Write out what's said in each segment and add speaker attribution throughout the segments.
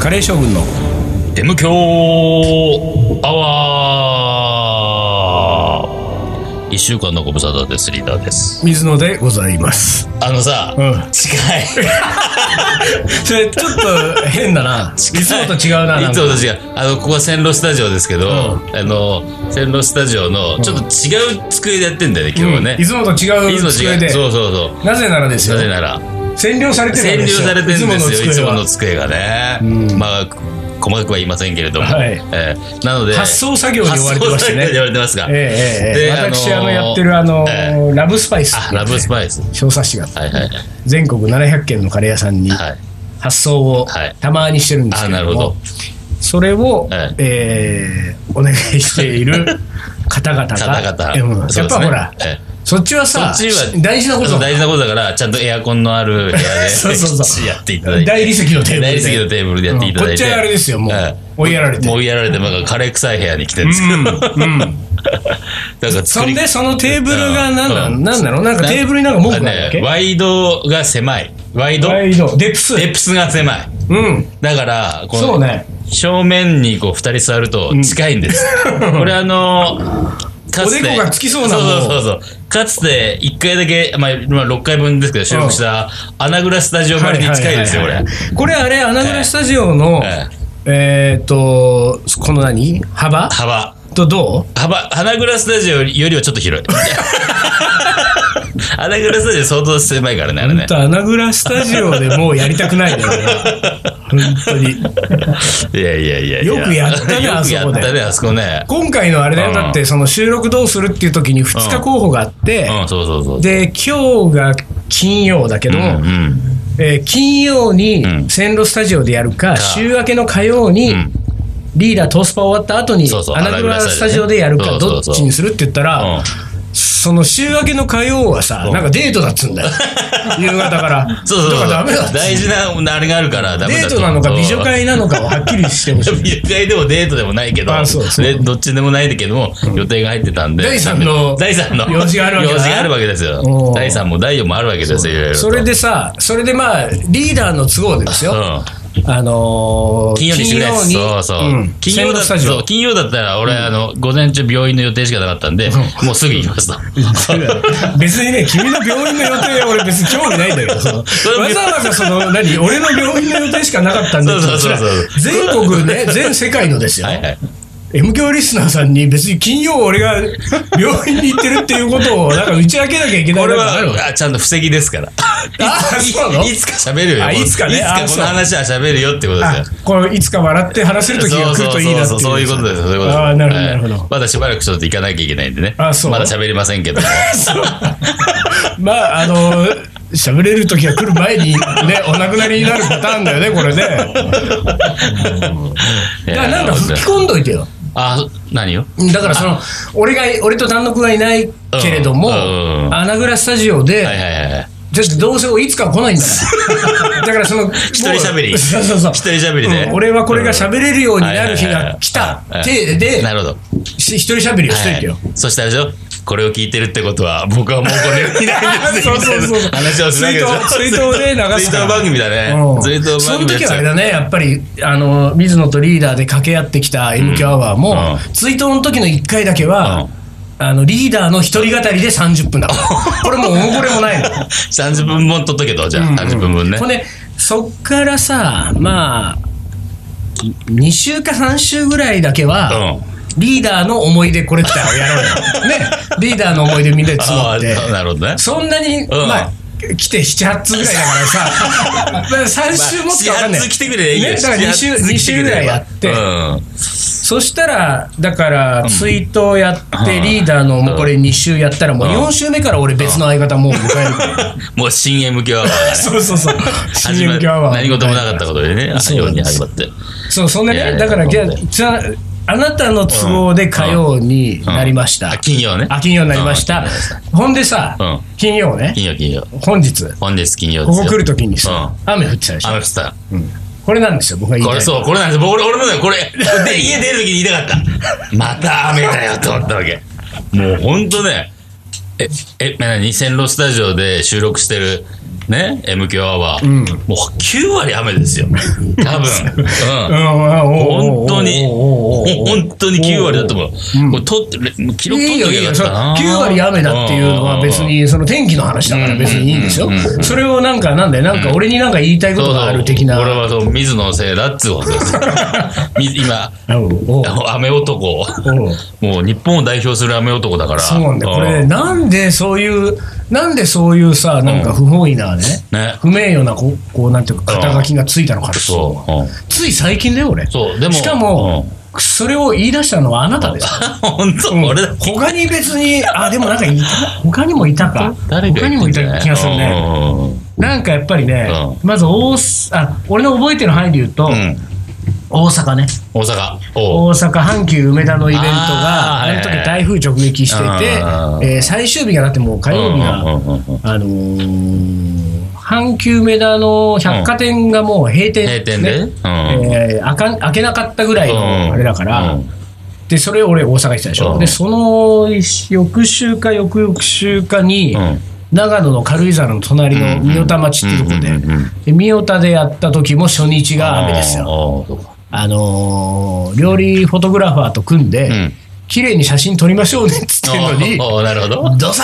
Speaker 1: カレー将軍の
Speaker 2: M 強アワー一週間のご無沙汰ですリーダーです
Speaker 1: 水野でございます。
Speaker 2: あのさ、
Speaker 1: うん
Speaker 2: 近い
Speaker 1: それちょっと変だ な。いつもと違うな。なん
Speaker 2: い
Speaker 1: か
Speaker 2: つもと違うあのここは線路スタジオですけど、
Speaker 1: ん
Speaker 2: あの線路スタジオのちょっと違う机でやってんだよね今日はね、
Speaker 1: うんいつもと違う机で。
Speaker 2: そうそうそ
Speaker 1: なぜならです
Speaker 2: う
Speaker 1: よ
Speaker 2: な。ぜなら
Speaker 1: 占領されてる
Speaker 2: 占
Speaker 1: んで
Speaker 2: 領
Speaker 1: すよ。
Speaker 2: されてるんですよいつもの
Speaker 1: 机は
Speaker 2: 机がね、
Speaker 1: うん
Speaker 2: まあ細かくは言いませんけれども、
Speaker 1: はい
Speaker 2: えーなので
Speaker 1: 発送作業に追われてまして
Speaker 2: 発送作業に言
Speaker 1: ね。
Speaker 2: われてますが、
Speaker 1: ええええええ
Speaker 2: であのー
Speaker 1: 私、あの、やってる、あの
Speaker 2: え
Speaker 1: ー、ラブスパイスってい
Speaker 2: あ
Speaker 1: うね。
Speaker 2: ラブスパイス
Speaker 1: 小冊子があって
Speaker 2: はいはい
Speaker 1: 全国700軒のカレー屋さんに
Speaker 2: はい
Speaker 1: 発送を
Speaker 2: はい
Speaker 1: たまにしてるんですけれど
Speaker 2: あなる
Speaker 1: も
Speaker 2: ほど
Speaker 1: それを
Speaker 2: はい
Speaker 1: えーお願いしている方々
Speaker 2: 方
Speaker 1: が
Speaker 2: 々
Speaker 1: うんやっ
Speaker 2: そうです
Speaker 1: ぱ
Speaker 2: ね
Speaker 1: ほら
Speaker 2: え
Speaker 1: そっちはさ
Speaker 2: そっちは
Speaker 1: 大事なこ
Speaker 2: そ
Speaker 1: と
Speaker 2: う大事なことだからちゃんとエアコンのある部屋で
Speaker 1: そうそうそう
Speaker 2: きっちりやっていただいて
Speaker 1: 大理石のテーブルで
Speaker 2: 大理石のテーブルでやっていただ
Speaker 1: うんこ
Speaker 2: いて、
Speaker 1: っちはあれですよもう追いやられて
Speaker 2: もう追いやられてなんかカレー臭い部屋に来てるんですけど、
Speaker 1: うんうん
Speaker 2: だから
Speaker 1: そ
Speaker 2: 作
Speaker 1: ん
Speaker 2: り
Speaker 1: でそのテーブルが何な
Speaker 2: うんん
Speaker 1: なんなのなんかテーブルになんか文句ないわけ
Speaker 2: ねワイドが狭いワイド
Speaker 1: ワイドデプス
Speaker 2: デプスが狭い
Speaker 1: うん
Speaker 2: だからこの
Speaker 1: そうね
Speaker 2: 正面にこう2人座ると近い んです、これあのかつ
Speaker 1: お
Speaker 2: て
Speaker 1: でこがつきそうな
Speaker 2: そ
Speaker 1: もう
Speaker 2: うそうそうそうかつて1回だけ、まあ、まあ6回分ですけど収録した穴蔵スタジオまでに近いですよこ
Speaker 1: はは
Speaker 2: れ
Speaker 1: いはいはいこれあれ穴蔵スタジオの
Speaker 2: え
Speaker 1: えーっとこの何幅
Speaker 2: 幅
Speaker 1: とどう
Speaker 2: 幅花蔵スタジオよりはちょっ と広い花蔵スタジオ相当狭いからねあれ
Speaker 1: 本
Speaker 2: ね
Speaker 1: 当穴蔵スタジオでもうやりたくないね俺は本当に
Speaker 2: いやいやいやい
Speaker 1: よくやったね
Speaker 2: よくやったねあそこね
Speaker 1: 今回のあれだ
Speaker 2: う
Speaker 1: よ
Speaker 2: ん
Speaker 1: だってその収録どうするっていう時に2日候補があって、
Speaker 2: うんそうそうそう
Speaker 1: で今日が金曜だけど、
Speaker 2: うんうん
Speaker 1: えー金曜に
Speaker 2: うん
Speaker 1: 線路スタジオでやるか、週明けの火曜に、
Speaker 2: うん
Speaker 1: リーダートースパ終わった後に
Speaker 2: そうそう
Speaker 1: 穴蔵スタジオでやるか
Speaker 2: 穴蔵
Speaker 1: ど
Speaker 2: スタジオ
Speaker 1: っ
Speaker 2: ね
Speaker 1: ちにするって言ったら、
Speaker 2: うん
Speaker 1: その週明けの火曜はさ、
Speaker 2: うん
Speaker 1: なんかデートだっつうん だよ夕方から
Speaker 2: そうそうそう
Speaker 1: だからダメだっつうんだよ
Speaker 2: 大事なあれがあるからダメだ
Speaker 1: デー
Speaker 2: と
Speaker 1: トなのか美女会なのかをはっきりしてほし
Speaker 2: そう
Speaker 1: い。
Speaker 2: 美女会でもデートでもないけど
Speaker 1: あそうそう
Speaker 2: でどっちでもないんだけども、予定が入ってたんで
Speaker 1: 第三の
Speaker 2: 第三の
Speaker 1: 用事があるわけだ
Speaker 2: 用事があるわけですよ
Speaker 1: おー
Speaker 2: 第三も第四もあるわけですよいろいろと
Speaker 1: それでさ、それでまあ、リーダーの都合でです
Speaker 2: う
Speaker 1: よ。
Speaker 2: ん
Speaker 1: あのー、
Speaker 2: 金曜にしてくれ
Speaker 1: 金曜
Speaker 2: そう
Speaker 1: に
Speaker 2: そう、
Speaker 1: ん
Speaker 2: 金曜
Speaker 1: 線
Speaker 2: だ
Speaker 1: 路スタジ
Speaker 2: そう
Speaker 1: オ。
Speaker 2: 金曜だったら俺、あの午前中病院の予定しかなかったんで、もうすぐ行きますと
Speaker 1: 別にね、君の病院の予定、俺別に興味ないんだけど、その
Speaker 2: それ
Speaker 1: わざわざその、何、俺の病院の予定しかなかったんで、
Speaker 2: そうそうそうそう
Speaker 1: それは全国ね、全世界のですよ
Speaker 2: は。い はい
Speaker 1: M 教リスナーさんに別に金曜俺が病院に行ってるっていうことを、なんか打ち明けなきゃいけない
Speaker 2: これ
Speaker 1: なんかあるわけ
Speaker 2: はあちゃんと布石ですから
Speaker 1: あそうなの
Speaker 2: いつか喋るよ
Speaker 1: あいつかね
Speaker 2: いつ
Speaker 1: あ
Speaker 2: かこ
Speaker 1: そう
Speaker 2: の話は喋るよってことですよ
Speaker 1: あこれいつか笑って話せる時が来るといいなって
Speaker 2: そ
Speaker 1: いう
Speaker 2: そうそうそう いうことですそういうことです
Speaker 1: ああなるほどなるほ
Speaker 2: はい
Speaker 1: ど
Speaker 2: まだしばらくちょっと行かなきゃいけないんでね
Speaker 1: あそう
Speaker 2: まだ喋りませんけども
Speaker 1: まああの喋れる時が来る前にねお亡くなりになるパターンだよねこれねだからなんか吹き込んどいてよ
Speaker 2: あ何よ
Speaker 1: だからその俺が俺と丹野くんがいないけれども、
Speaker 2: うんうんうん
Speaker 1: 穴蔵スタジオ
Speaker 2: はい
Speaker 1: で、
Speaker 2: はいはいはい
Speaker 1: ちょっとどうせいつかは来ないんだから だからその
Speaker 2: 一人喋り
Speaker 1: そうそうそう
Speaker 2: 一人喋りで
Speaker 1: うん俺はこれが喋れるようになる日が来た
Speaker 2: はいはいはいはい
Speaker 1: 手で
Speaker 2: なるほど
Speaker 1: し一人喋りをしといてよ、
Speaker 2: そしたらでしょこれを聞いてるってことは僕はもうこれを見ないんです
Speaker 1: そうそうそうそう
Speaker 2: みたいな話をしなきゃ
Speaker 1: 追悼追悼で流すから
Speaker 2: 追悼番組だ
Speaker 1: う
Speaker 2: ね
Speaker 1: ん
Speaker 2: 追悼
Speaker 1: そ
Speaker 2: 番
Speaker 1: の
Speaker 2: 組
Speaker 1: 時はあれ
Speaker 2: ね
Speaker 1: だねやっぱりあの水野とリーダーで掛け合ってきた m q アワーも、
Speaker 2: うん
Speaker 1: 追悼の時の1回だけは、
Speaker 2: うん
Speaker 1: あのリーダーの一人語りで30分だから これもうおもこれもないの。
Speaker 2: 30分分撮っとけとじゃあ30分分ね
Speaker 1: ほんでそっからさまあ2週か3週ぐらいだけは、
Speaker 2: うん
Speaker 1: リーダーの思い出コレクターをやろう よ。ね、リーダーの思い出みんなで募
Speaker 2: あ
Speaker 1: って。
Speaker 2: あなるほどね
Speaker 1: そんなに、まあ、来て7、8通ぐらいだから さ、だから3週もつかわかんない。
Speaker 2: まあ7 8来てくれいいよ
Speaker 1: ねだから
Speaker 2: 7
Speaker 1: 2
Speaker 2: 8
Speaker 1: 週、
Speaker 2: 来てくれ
Speaker 1: 2週ぐらいやって、
Speaker 2: うん
Speaker 1: そしたら、だから、ツイートをやって、リーダーのもうこれ2週やったら、もう4週目から俺別の相方もう迎えるから。
Speaker 2: もう新 M 響アワー だね
Speaker 1: そうそうそう。
Speaker 2: 始
Speaker 1: CM
Speaker 2: ま
Speaker 1: 今日は。
Speaker 2: 何事もなかったことでね、
Speaker 1: そう
Speaker 2: よ
Speaker 1: な
Speaker 2: うん
Speaker 1: で
Speaker 2: に
Speaker 1: す
Speaker 2: 始まって。
Speaker 1: そう、そんない
Speaker 2: やい
Speaker 1: ね、
Speaker 2: や
Speaker 1: だから、じゃあ
Speaker 2: そうだよ
Speaker 1: じゃあ、あなたの都合で火曜になりました
Speaker 2: あ。金曜ね。
Speaker 1: あ、金曜になりました。ほんでさ
Speaker 2: うん、
Speaker 1: 金曜ね、
Speaker 2: 金曜、金曜。
Speaker 1: 本日、
Speaker 2: 本日金曜で
Speaker 1: こ
Speaker 2: す
Speaker 1: こ
Speaker 2: よ。
Speaker 1: 来るときにさ、雨降ってたでしょ
Speaker 2: 雨降ってた。
Speaker 1: これなんですよ、僕が言い
Speaker 2: こ
Speaker 1: た
Speaker 2: れ
Speaker 1: い。
Speaker 2: そう、これなんです僕俺、俺もね、これ、で家出るときに言いたかった。また雨だよと思ったわけ。もうほんとね、え、え、なに、線路スタジオで収録してるね、M 響アワー、
Speaker 1: ん
Speaker 2: もう9割雨ですよ。多分。うん。本
Speaker 1: 本
Speaker 2: 当に、本当に9割だと思
Speaker 1: う
Speaker 2: う。
Speaker 1: ん
Speaker 2: これ取って、もう記録
Speaker 1: いい
Speaker 2: 取っ
Speaker 1: よ
Speaker 2: とき
Speaker 1: いいよ、
Speaker 2: ゃよかっ
Speaker 1: そ
Speaker 2: たな。
Speaker 1: 9割雨だっていうのは別に、その天気の話だから別にいいんですよ
Speaker 2: うんうんうんう。ん
Speaker 1: それをなんか、なんだよ、なんか俺になんか言いたいこ
Speaker 2: そう
Speaker 1: と
Speaker 2: そう
Speaker 1: がある的な。
Speaker 2: 俺はそう、水野のせいだっつうことです。水今、
Speaker 1: おうおう
Speaker 2: あの雨男。
Speaker 1: おう
Speaker 2: もう日本を代表する雨男だから。
Speaker 1: そうなんだよ。こ
Speaker 2: う
Speaker 1: れ、
Speaker 2: んね。
Speaker 1: なんでそういう、なんでそういうさ、なんか不本意なね、不名誉なこう、こう、なんていうか、肩書きがついたのかって
Speaker 2: そう。うん
Speaker 1: つい最近だよ、俺。
Speaker 2: そう、でも。
Speaker 1: しかも
Speaker 2: うん、
Speaker 1: それを言い出したのはあなたです。
Speaker 2: 本当、俺だ。
Speaker 1: 他に別に、あ、でもなんかいた、他にもいたか。
Speaker 2: 誰が
Speaker 1: 他に
Speaker 2: 言っ
Speaker 1: も
Speaker 2: て
Speaker 1: い
Speaker 2: んじゃな
Speaker 1: た気がするね。なんかやっぱりね、
Speaker 2: う
Speaker 1: まず大す、あ、俺の覚えてる範囲で言うと、
Speaker 2: うんうんうん。
Speaker 1: 大阪ね。
Speaker 2: 大阪。おう
Speaker 1: 大阪阪急梅田のイベントが、
Speaker 2: あ
Speaker 1: あ
Speaker 2: ー
Speaker 1: の時
Speaker 2: はいはい
Speaker 1: 台風直撃して
Speaker 2: うん
Speaker 1: て、えー最終日がだってもう火曜日が、
Speaker 2: うんうんうんうん
Speaker 1: あのー阪急梅田の百貨店がもう閉店、
Speaker 2: 閉店で。
Speaker 1: ね
Speaker 2: うん。
Speaker 1: えー開かん開けなかったぐらいのあれだから、
Speaker 2: うん
Speaker 1: でそれ俺大阪行ってたでしょ、
Speaker 2: うん
Speaker 1: でその翌週か翌々週かに、
Speaker 2: うん
Speaker 1: 長野の軽井沢の隣の御代田町ってとこで
Speaker 2: うんうんうんうん
Speaker 1: で御代田でやった時も初日が雨ですよ、
Speaker 2: よ。うん
Speaker 1: あのー料理フォトグラファーと組んで、
Speaker 2: うん
Speaker 1: 綺麗に写真撮りましょうねっつってんのに
Speaker 2: おうなるほど。
Speaker 1: ドサ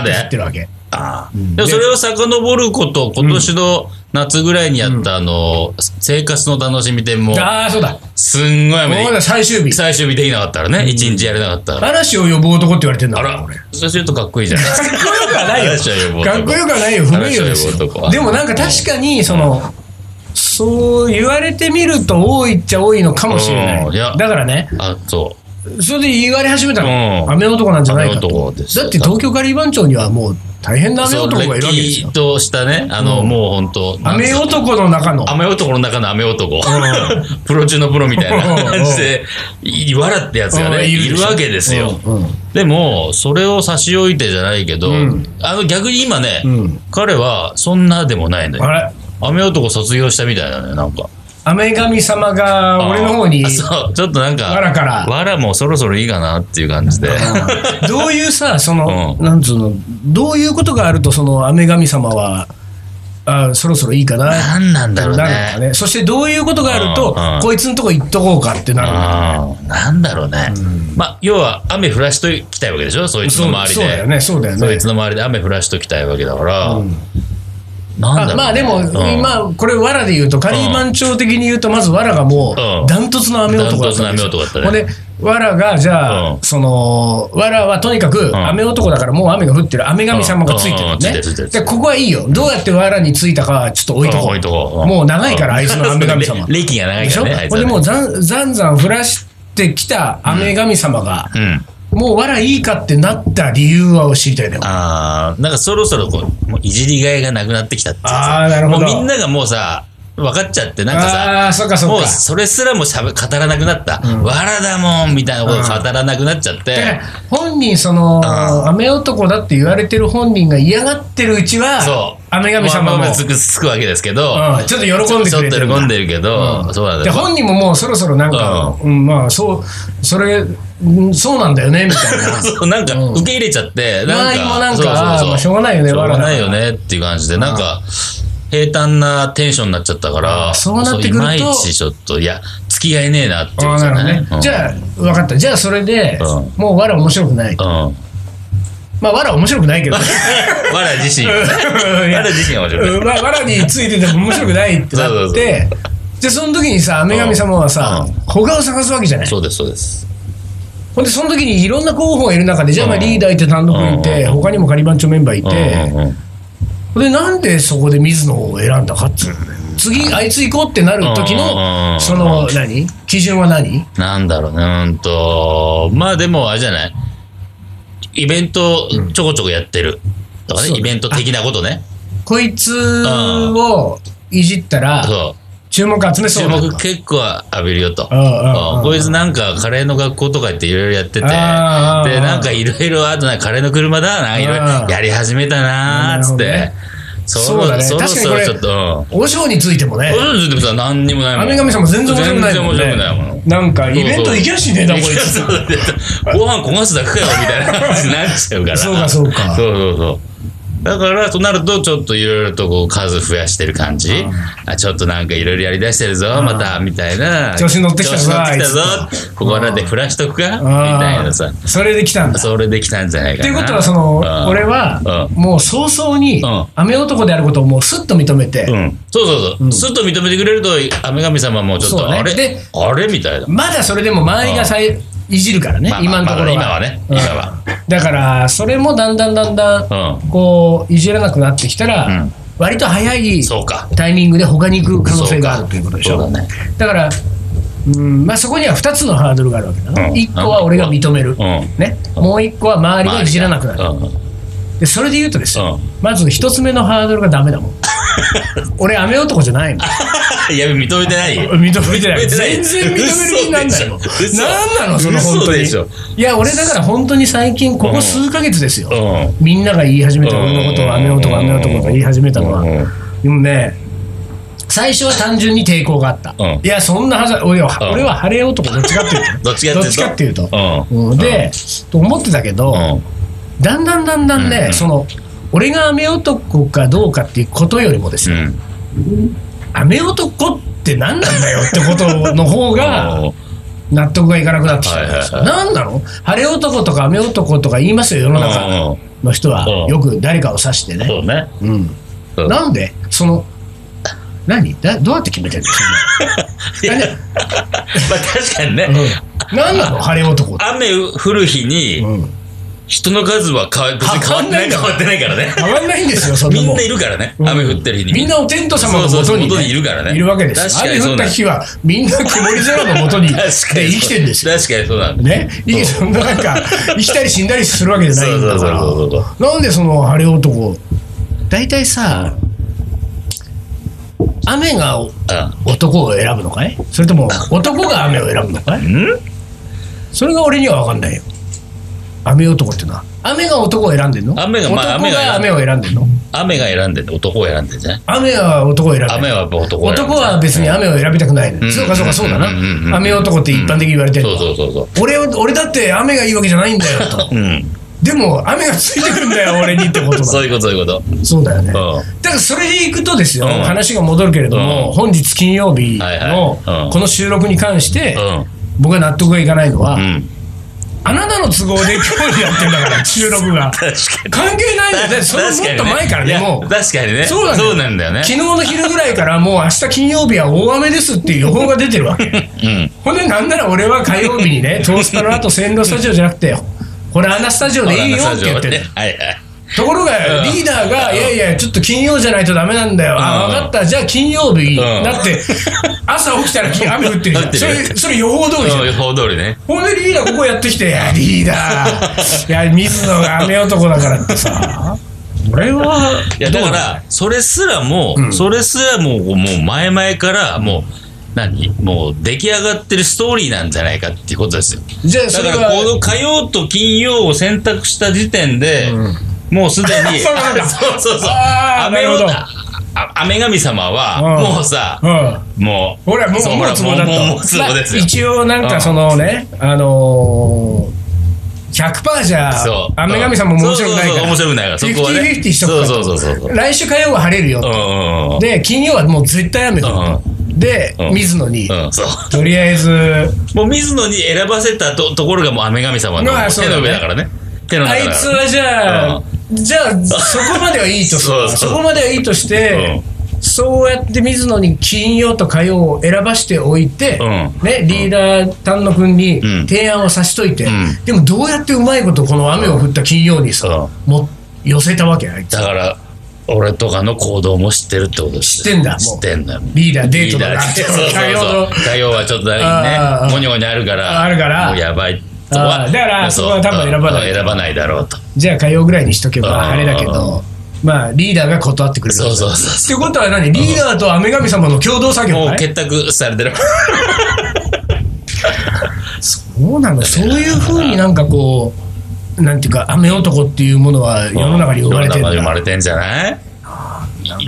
Speaker 1: ーって
Speaker 2: ド
Speaker 1: 言っ
Speaker 2: サー
Speaker 1: て
Speaker 2: で。
Speaker 1: るわけ
Speaker 2: あーでもそれを遡ること、今年の夏ぐらいにやった、あの、生活の楽しみ店も、
Speaker 1: ああそうだ
Speaker 2: すんごい雨
Speaker 1: もうだ
Speaker 2: で、
Speaker 1: 最終日
Speaker 2: 最終日できなかったからね、一日やれなかったから。
Speaker 1: 嵐を呼ぶ男って言われてんだ
Speaker 2: あ
Speaker 1: から
Speaker 2: ら
Speaker 1: 俺か、
Speaker 2: そうするとかっこいいじゃないですか。
Speaker 1: っこよくはないよ
Speaker 2: 嵐を呼ぶ男
Speaker 1: かっこよくはないよ不名誉です
Speaker 2: 嵐を呼ぶ男
Speaker 1: よでもなんか確かにそのそう言われてみると多いっちゃ多いのかもしれな
Speaker 2: うんいや
Speaker 1: いだからね
Speaker 2: あ、そう。
Speaker 1: それで言われ始めた
Speaker 2: うん
Speaker 1: の雨男なんじゃないかと
Speaker 2: 雨
Speaker 1: だっ
Speaker 2: 男
Speaker 1: て
Speaker 2: ですよ
Speaker 1: 東京カリバン町にはもう大変な雨
Speaker 2: そう、
Speaker 1: 男がいるわけです
Speaker 2: れ
Speaker 1: よ
Speaker 2: っきとしたね、あの、
Speaker 1: うん
Speaker 2: もう本当
Speaker 1: 雨
Speaker 2: なんつうの
Speaker 1: 男の中の
Speaker 2: 雨男の中の雨男。プロ中のプロみたいな感じで、いわらってやつが
Speaker 1: うん
Speaker 2: ね、
Speaker 1: いるで
Speaker 2: い
Speaker 1: しょ
Speaker 2: るわけですよ。
Speaker 1: うんうん
Speaker 2: でも、それを差し置いてじゃないけど、
Speaker 1: うん
Speaker 2: あの逆に今ね、
Speaker 1: うん
Speaker 2: 彼はそんなでもないのよ
Speaker 1: あ。れ
Speaker 2: 雨男卒業したみたいなのよ、なんか。
Speaker 1: 雨神様が俺の方に
Speaker 2: あそう、ちょっとなんか、
Speaker 1: わらから
Speaker 2: わらもそろそろいいかなっていう感じで。
Speaker 1: どういうさ、その、
Speaker 2: う
Speaker 1: なんつうの、どういうことがあると、その、雨神様は、あそろそろいいかな。
Speaker 2: 何なんだろう
Speaker 1: なるのか
Speaker 2: ね。
Speaker 1: ね。そしてどういうことがあると
Speaker 2: うんうん、
Speaker 1: こいつのとこ行っとこうかってなるのか
Speaker 2: うんなんだろうね。まあ、要は雨降らしときたいわけでしょ、そいつの
Speaker 1: そう
Speaker 2: 周りで。
Speaker 1: そうだよね、そうだよ
Speaker 2: そい
Speaker 1: ね
Speaker 2: つ。の周りで雨降らしときたいわけだから、
Speaker 1: うん
Speaker 2: なんだろうね、
Speaker 1: あまあでも、
Speaker 2: うん
Speaker 1: まあこれ、わらで言うと、カリーマン町的に言うと、まずわらがも
Speaker 2: うん
Speaker 1: う、ダントツの雨男だったんです
Speaker 2: ダ
Speaker 1: よ。
Speaker 2: ントツの雨男だったね
Speaker 1: ほんで、わらが、じゃ
Speaker 2: う
Speaker 1: あ
Speaker 2: ん、
Speaker 1: その、わらはとにかく、
Speaker 2: ん
Speaker 1: 雨男だから、もう雨が降ってる、雨神様がついて
Speaker 2: うんうんついてるついて
Speaker 1: る
Speaker 2: る
Speaker 1: ね。で、ここはいいよ。どうやってわらについたかは、ちょっと置いと
Speaker 2: うん
Speaker 1: こ
Speaker 2: 置いとこうう
Speaker 1: う。
Speaker 2: ん
Speaker 1: もう長いから、あいつの雨神 様。
Speaker 2: そう歴が長い
Speaker 1: でし
Speaker 2: か
Speaker 1: ょ
Speaker 2: らね、あいつ
Speaker 1: ほん
Speaker 2: はね
Speaker 1: で、もうざんざんざん降らしてきた雨神様が、
Speaker 2: うん。
Speaker 1: もうわらいいかってなった理由は知りたいね。
Speaker 2: ああ、なんかそろそろこう、もういじりがいがなくなってきたっていうさ
Speaker 1: あーなるほど
Speaker 2: もうみんながもうさ、分かっちゃって、なんかさ、
Speaker 1: ああー、そっかそっ
Speaker 2: もう
Speaker 1: か。
Speaker 2: それすらもしゃべ語らなくなった、わらだもんみたいなこと語らなくなっちゃって、
Speaker 1: だから本人その
Speaker 2: ん
Speaker 1: 雨男だって言われてる本人が嫌がってるうちは
Speaker 2: そう。
Speaker 1: 雨神様も、
Speaker 2: まあまあつくつくわけですけど、
Speaker 1: うんちょっと喜んでくれて
Speaker 2: ちょ
Speaker 1: る
Speaker 2: っと喜んでるけど、そうなんだ
Speaker 1: で
Speaker 2: よ。
Speaker 1: 本人ももうそろそろなんか、うんまあそうそれ、うんそうなんだよねみたいな
Speaker 2: そうなんか受け入れちゃって、なん
Speaker 1: 周り
Speaker 2: か、
Speaker 1: もなんか
Speaker 2: そうそうそう
Speaker 1: まあしょうがないよね
Speaker 2: しょうがない
Speaker 1: 我
Speaker 2: よ
Speaker 1: 々
Speaker 2: ねっていう感じで、なんか、平坦なテンションになっちゃったから、
Speaker 1: そうなってくると
Speaker 2: そういまいちちょっと、いや、付き合えねえなってい
Speaker 1: あ
Speaker 2: うこ
Speaker 1: あ
Speaker 2: と
Speaker 1: なるほ
Speaker 2: だ
Speaker 1: どね、
Speaker 2: うん
Speaker 1: じゃあ分かったじゃあそれで、
Speaker 2: うん
Speaker 1: もうわら面白くない
Speaker 2: うん。
Speaker 1: まあわら面白くないけど
Speaker 2: わら自身。
Speaker 1: うんいや
Speaker 2: わら自身は面白い。
Speaker 1: うんまあ、わらについてても面白くないってなって
Speaker 2: そうそうそ
Speaker 1: でその時にさ雨神様はさ、
Speaker 2: う
Speaker 1: 他を探すわけじゃない
Speaker 2: そうです、そうです。
Speaker 1: ほんでその時にいろんな候補がいる中でじゃあまあ
Speaker 2: うん
Speaker 1: リーダーいて単独いて
Speaker 2: うん
Speaker 1: 他にも仮番長メンバーい
Speaker 2: うん
Speaker 1: て
Speaker 2: うんうん
Speaker 1: ほんでなんでそこで水野を選んだかっつうのね次あいつ行こうってなる時
Speaker 2: う
Speaker 1: の
Speaker 2: ん
Speaker 1: その何基準は何
Speaker 2: なんだろうね、うーんと、まあでもあれじゃないイベントちょこちょこやってる。とか
Speaker 1: そう
Speaker 2: ね、
Speaker 1: だ
Speaker 2: イベント的なことね。
Speaker 1: こいつをいじったら
Speaker 2: そう。
Speaker 1: 注目集めそ
Speaker 2: 注
Speaker 1: うだと
Speaker 2: 目結構浴びるよと。
Speaker 1: うんうんうん
Speaker 2: うんこいつなんかカレーの学校とか行っていろいろやってて、で、
Speaker 1: あー
Speaker 2: なんかいろいろ、あとなんかカレーの車だな、いろいろ
Speaker 1: あー
Speaker 2: やり始めたなーっつっ
Speaker 1: な
Speaker 2: て
Speaker 1: る。
Speaker 2: そ
Speaker 1: そう
Speaker 2: ろ
Speaker 1: だね
Speaker 2: そろ
Speaker 1: 確かに
Speaker 2: そ
Speaker 1: こ
Speaker 2: ろ
Speaker 1: れ
Speaker 2: ちょっと、
Speaker 1: 和尚についても
Speaker 2: う
Speaker 1: ね
Speaker 2: ん。うん、でもさ、何にもないもん。
Speaker 1: 雨神様全然面白くないもん
Speaker 2: 全然面白くないもん
Speaker 1: ね。なんかイベント行きゃしねえ なこいつ
Speaker 2: そうそうそうご飯焦がすだけかよみたいな話になっちゃうから。
Speaker 1: そうかそうか
Speaker 2: そうそうそう。だから、となると、ちょっといろいろとこう数増やしてる感じ。あ、ちょっとなんかいろいろやりだしてるぞ、また、みたいな。
Speaker 1: 調子乗ってきたぞ
Speaker 2: 調子乗ってきたぞ
Speaker 1: あい
Speaker 2: ここはなんで振らしとくかみたいなさ。
Speaker 1: それで来たんだ。っ
Speaker 2: それできたんじゃないか
Speaker 1: て
Speaker 2: な。
Speaker 1: いうことは、その、
Speaker 2: うん
Speaker 1: 俺は、
Speaker 2: う
Speaker 1: もう早々に
Speaker 2: うん、
Speaker 1: 雨男であることをもうすっと認めて、
Speaker 2: うん、そうそうそう、すっと認めてくれると、雨神様もちょっ
Speaker 1: そ
Speaker 2: と、
Speaker 1: うね
Speaker 2: あれ
Speaker 1: で
Speaker 2: あれみたいな。
Speaker 1: まだそれでも周りがさいいじるからね
Speaker 2: まあ、まあ
Speaker 1: 今のところは。
Speaker 2: まだ今はね
Speaker 1: うん
Speaker 2: 今は
Speaker 1: だから、それもだんだんだんだん
Speaker 2: う、
Speaker 1: こう、いじらなくなってきた
Speaker 2: う
Speaker 1: ら
Speaker 2: ん、
Speaker 1: 割と早い
Speaker 2: そうか。
Speaker 1: タイミングで他に行く可能性があるということでしょ。
Speaker 2: そうだね。
Speaker 1: だから、うんまあ、そこには2つのハードルがあるわけだな、
Speaker 2: うん
Speaker 1: 1個は俺が認める、
Speaker 2: ん
Speaker 1: ね、もう1個は周りがいじらなくなる、
Speaker 2: うん。
Speaker 1: でそれで言うとですよ、
Speaker 2: うん
Speaker 1: まず1つ目のハードルがダメだ もん俺雨男じゃないもん
Speaker 2: いや、認めてないよ。
Speaker 1: 認めてない
Speaker 2: 認めてない
Speaker 1: 全然認める気になんないもん
Speaker 2: 嘘でしょ
Speaker 1: 何なのその本当
Speaker 2: 嘘
Speaker 1: に
Speaker 2: でしょ
Speaker 1: いや俺だから本当に最近ここ数ヶ月ですよ、
Speaker 2: う
Speaker 1: みんなが言い始めた
Speaker 2: うん
Speaker 1: 俺のことを雨男雨男とか言い始めたのは、
Speaker 2: うん
Speaker 1: でもね最初は単純に抵抗があった、
Speaker 2: うん
Speaker 1: いやそんなはず俺は、
Speaker 2: うん
Speaker 1: 俺は晴れ男どっちかっていうとね
Speaker 2: どっちかっていうとう
Speaker 1: うんんで、と思ってたけど、
Speaker 2: ん。
Speaker 1: だんだんだんだんね、
Speaker 2: うん
Speaker 1: その俺が雨男かどうかっていうことよりもです
Speaker 2: う
Speaker 1: よ、
Speaker 2: ん。
Speaker 1: 雨男って何なんだよってことの方が
Speaker 2: うん
Speaker 1: 納得がいかなくなってきたんですよ。
Speaker 2: はい
Speaker 1: 何なの晴れ男とか雨男とか言いますよ、世の中の人は
Speaker 2: うん。
Speaker 1: よく誰かを指してね。
Speaker 2: そうね。
Speaker 1: うん
Speaker 2: うん
Speaker 1: なんで、その、何だどうやって決めてるの
Speaker 2: いやまあ確かにね、
Speaker 1: そんなの何なの晴れ男って。
Speaker 2: 雨降る日に
Speaker 1: うん
Speaker 2: 人の数は変わ別に変わってない変
Speaker 1: 変
Speaker 2: わ
Speaker 1: わ
Speaker 2: ってないからね。
Speaker 1: 変わんないんですよ、そんな
Speaker 2: み
Speaker 1: も
Speaker 2: んないるからね、雨降ってる日に。
Speaker 1: みんなお天道様の
Speaker 2: そう
Speaker 1: も
Speaker 2: そ
Speaker 1: と
Speaker 2: う
Speaker 1: に,、
Speaker 2: 元にいるからね
Speaker 1: いるわけです。
Speaker 2: 確かに
Speaker 1: 雨
Speaker 2: そう
Speaker 1: 降っ
Speaker 2: だ
Speaker 1: た日は、みんな曇り空のもとに
Speaker 2: 確かにそう
Speaker 1: で生きてるんですよ。
Speaker 2: 確かにそうなんだ。
Speaker 1: ね、いいそんななん か生きたり死んだりするわけじゃないんだから
Speaker 2: そうそうそうそう
Speaker 1: なんでその晴れ男大体さ雨が男を選ぶのかいそれとも男が雨を選ぶのかい
Speaker 2: うん。ん
Speaker 1: それが俺には分かんないよ雨男ってのは雨が男を選んでんの
Speaker 2: 雨がまあ
Speaker 1: 男が雨を選んでんの
Speaker 2: 雨が選んでんだ男を選んでんじゃない
Speaker 1: 雨は男を選ぶ
Speaker 2: 雨はやっぱ男を選んでん
Speaker 1: 男
Speaker 2: じゃない
Speaker 1: は別に雨を選びたくない、
Speaker 2: ん
Speaker 1: そうかそうかそうだな、
Speaker 2: うんうんうん
Speaker 1: 雨男って一般的に言われてる、
Speaker 2: そうそうそうそう。
Speaker 1: 俺を俺だって雨がいいわけじゃないんだよと
Speaker 2: うん。
Speaker 1: でも雨がついてくるんだ よ俺にってことだ
Speaker 2: そういうこと、そういうこと。
Speaker 1: そうだよね、
Speaker 2: う
Speaker 1: だからそれでいくとですよ、
Speaker 2: うん
Speaker 1: 話が戻るけれども、
Speaker 2: うん
Speaker 1: 本日金曜日
Speaker 2: はいはいうん
Speaker 1: のこの収録に関して、
Speaker 2: うん。
Speaker 1: 僕は納得がいかないのは、
Speaker 2: うん。
Speaker 1: あなたの都合で今日やってんだから 収録が
Speaker 2: 確かに。
Speaker 1: 関係ないんだよだってそれもっと前からね
Speaker 2: いや
Speaker 1: もう
Speaker 2: 確かにね。
Speaker 1: そうなんだよ
Speaker 2: そうなんだよね。
Speaker 1: 昨日の昼ぐらいからもう明日金曜日は大雨ですっていう予報が出てるわけ
Speaker 2: うん。
Speaker 1: ほんで、なんなら俺は火曜日にね、トースター の後、線路スタジオじゃなくて、これ、アナスタジオでいいよって言ってる。
Speaker 2: はいはい。
Speaker 1: ところが、リーダーが、いやいや、ちょっと金曜じゃないとダメなんだよ。あ、
Speaker 2: うん
Speaker 1: 分かった、じゃあ金曜日、
Speaker 2: うん
Speaker 1: だって、朝起きたら金雨降ってるじ
Speaker 2: 降
Speaker 1: ゃ
Speaker 2: っ
Speaker 1: ん。
Speaker 2: て
Speaker 1: そ
Speaker 2: る
Speaker 1: れ、それ予報通りじゃ。
Speaker 2: そうん予報通りね。
Speaker 1: ほんで、リーダーここやってきて、いやリーダ ー、いや、水野が雨男だからってさ、俺は、
Speaker 2: いやだから、それすらも、それすらも、もう前々から、もう、何もう出来上がってるストーリーなんじゃないかっていうことですよ。
Speaker 1: じゃあ、
Speaker 2: だ
Speaker 1: そ
Speaker 2: か
Speaker 1: れ
Speaker 2: ら、こ
Speaker 1: は、
Speaker 2: の火曜と金曜を選択した時点で、もうすでに、
Speaker 1: そうなんだ
Speaker 2: そうそうそう
Speaker 1: あー
Speaker 2: 雨
Speaker 1: なるほ
Speaker 2: を
Speaker 1: ど
Speaker 2: あ雨神様は、
Speaker 1: うん
Speaker 2: もうさ、
Speaker 1: うん。
Speaker 2: もう、
Speaker 1: ほら、もう、
Speaker 2: そう
Speaker 1: もうツボだ
Speaker 2: もうもう
Speaker 1: と。
Speaker 2: もうツボですよ
Speaker 1: まあ一応、なんかそのね、あのー、100%じゃ
Speaker 2: そう、。
Speaker 1: 雨神様も面白くないか
Speaker 2: そうそうそう
Speaker 1: ら。
Speaker 2: 面白くないから、そこはね。
Speaker 1: 50-50しとくか
Speaker 2: そ
Speaker 1: と
Speaker 2: うそうそうそう。
Speaker 1: 来週火曜は晴れるよ
Speaker 2: うん
Speaker 1: と。
Speaker 2: うんうん。
Speaker 1: で、金曜はもう絶対雨だと
Speaker 2: う。
Speaker 1: で
Speaker 2: う、ん
Speaker 1: 水野に、
Speaker 2: うん、そう。
Speaker 1: とりあえず、
Speaker 2: もう水野に選ばせたとところがもう雨神様の
Speaker 1: まあそう
Speaker 2: 手
Speaker 1: だね
Speaker 2: の上だからね。手の
Speaker 1: あ
Speaker 2: 中だ
Speaker 1: い
Speaker 2: から。
Speaker 1: つはじゃあ、
Speaker 2: う
Speaker 1: じゃあ、そこまではいいとす
Speaker 2: そう
Speaker 1: る。
Speaker 2: そう
Speaker 1: そこまではいいとして、そうやって水野に金曜と火曜を選ばしておいて、
Speaker 2: うん
Speaker 1: ね、リーダー丹野君に
Speaker 2: うん
Speaker 1: 提案をさしといて、
Speaker 2: うん
Speaker 1: でもどうやってうまいことこの雨を降った金曜にさ、も寄せたわけあいつ
Speaker 2: だから、俺とかの行動も知ってるってことです。
Speaker 1: 知ってんだもう
Speaker 2: 知ってんだよ。
Speaker 1: リーダーデートだな
Speaker 2: リ ーダ
Speaker 1: そう
Speaker 2: ー
Speaker 1: そうそう
Speaker 2: 火曜の火曜はちょっとね
Speaker 1: あーあ、ー
Speaker 2: もにょもにょあるから。
Speaker 1: あるから
Speaker 2: もうやばい。
Speaker 1: あーだからそこは多分選ばない
Speaker 2: うん選ばないだろうと。
Speaker 1: じゃあ火曜ぐらいにしとけ
Speaker 2: うん
Speaker 1: ばあれだけど、まあリーダーが断ってくれる
Speaker 2: そうそうそう
Speaker 1: ってことは何リーダーと雨神様の共同 作業
Speaker 2: もう
Speaker 1: かい
Speaker 2: 結託されてる。
Speaker 1: そうなのそういうふうになんかこうなんていうか雨男っていうものは世の中に生まれてるん
Speaker 2: 世の中に生
Speaker 1: だ
Speaker 2: まれてんじゃない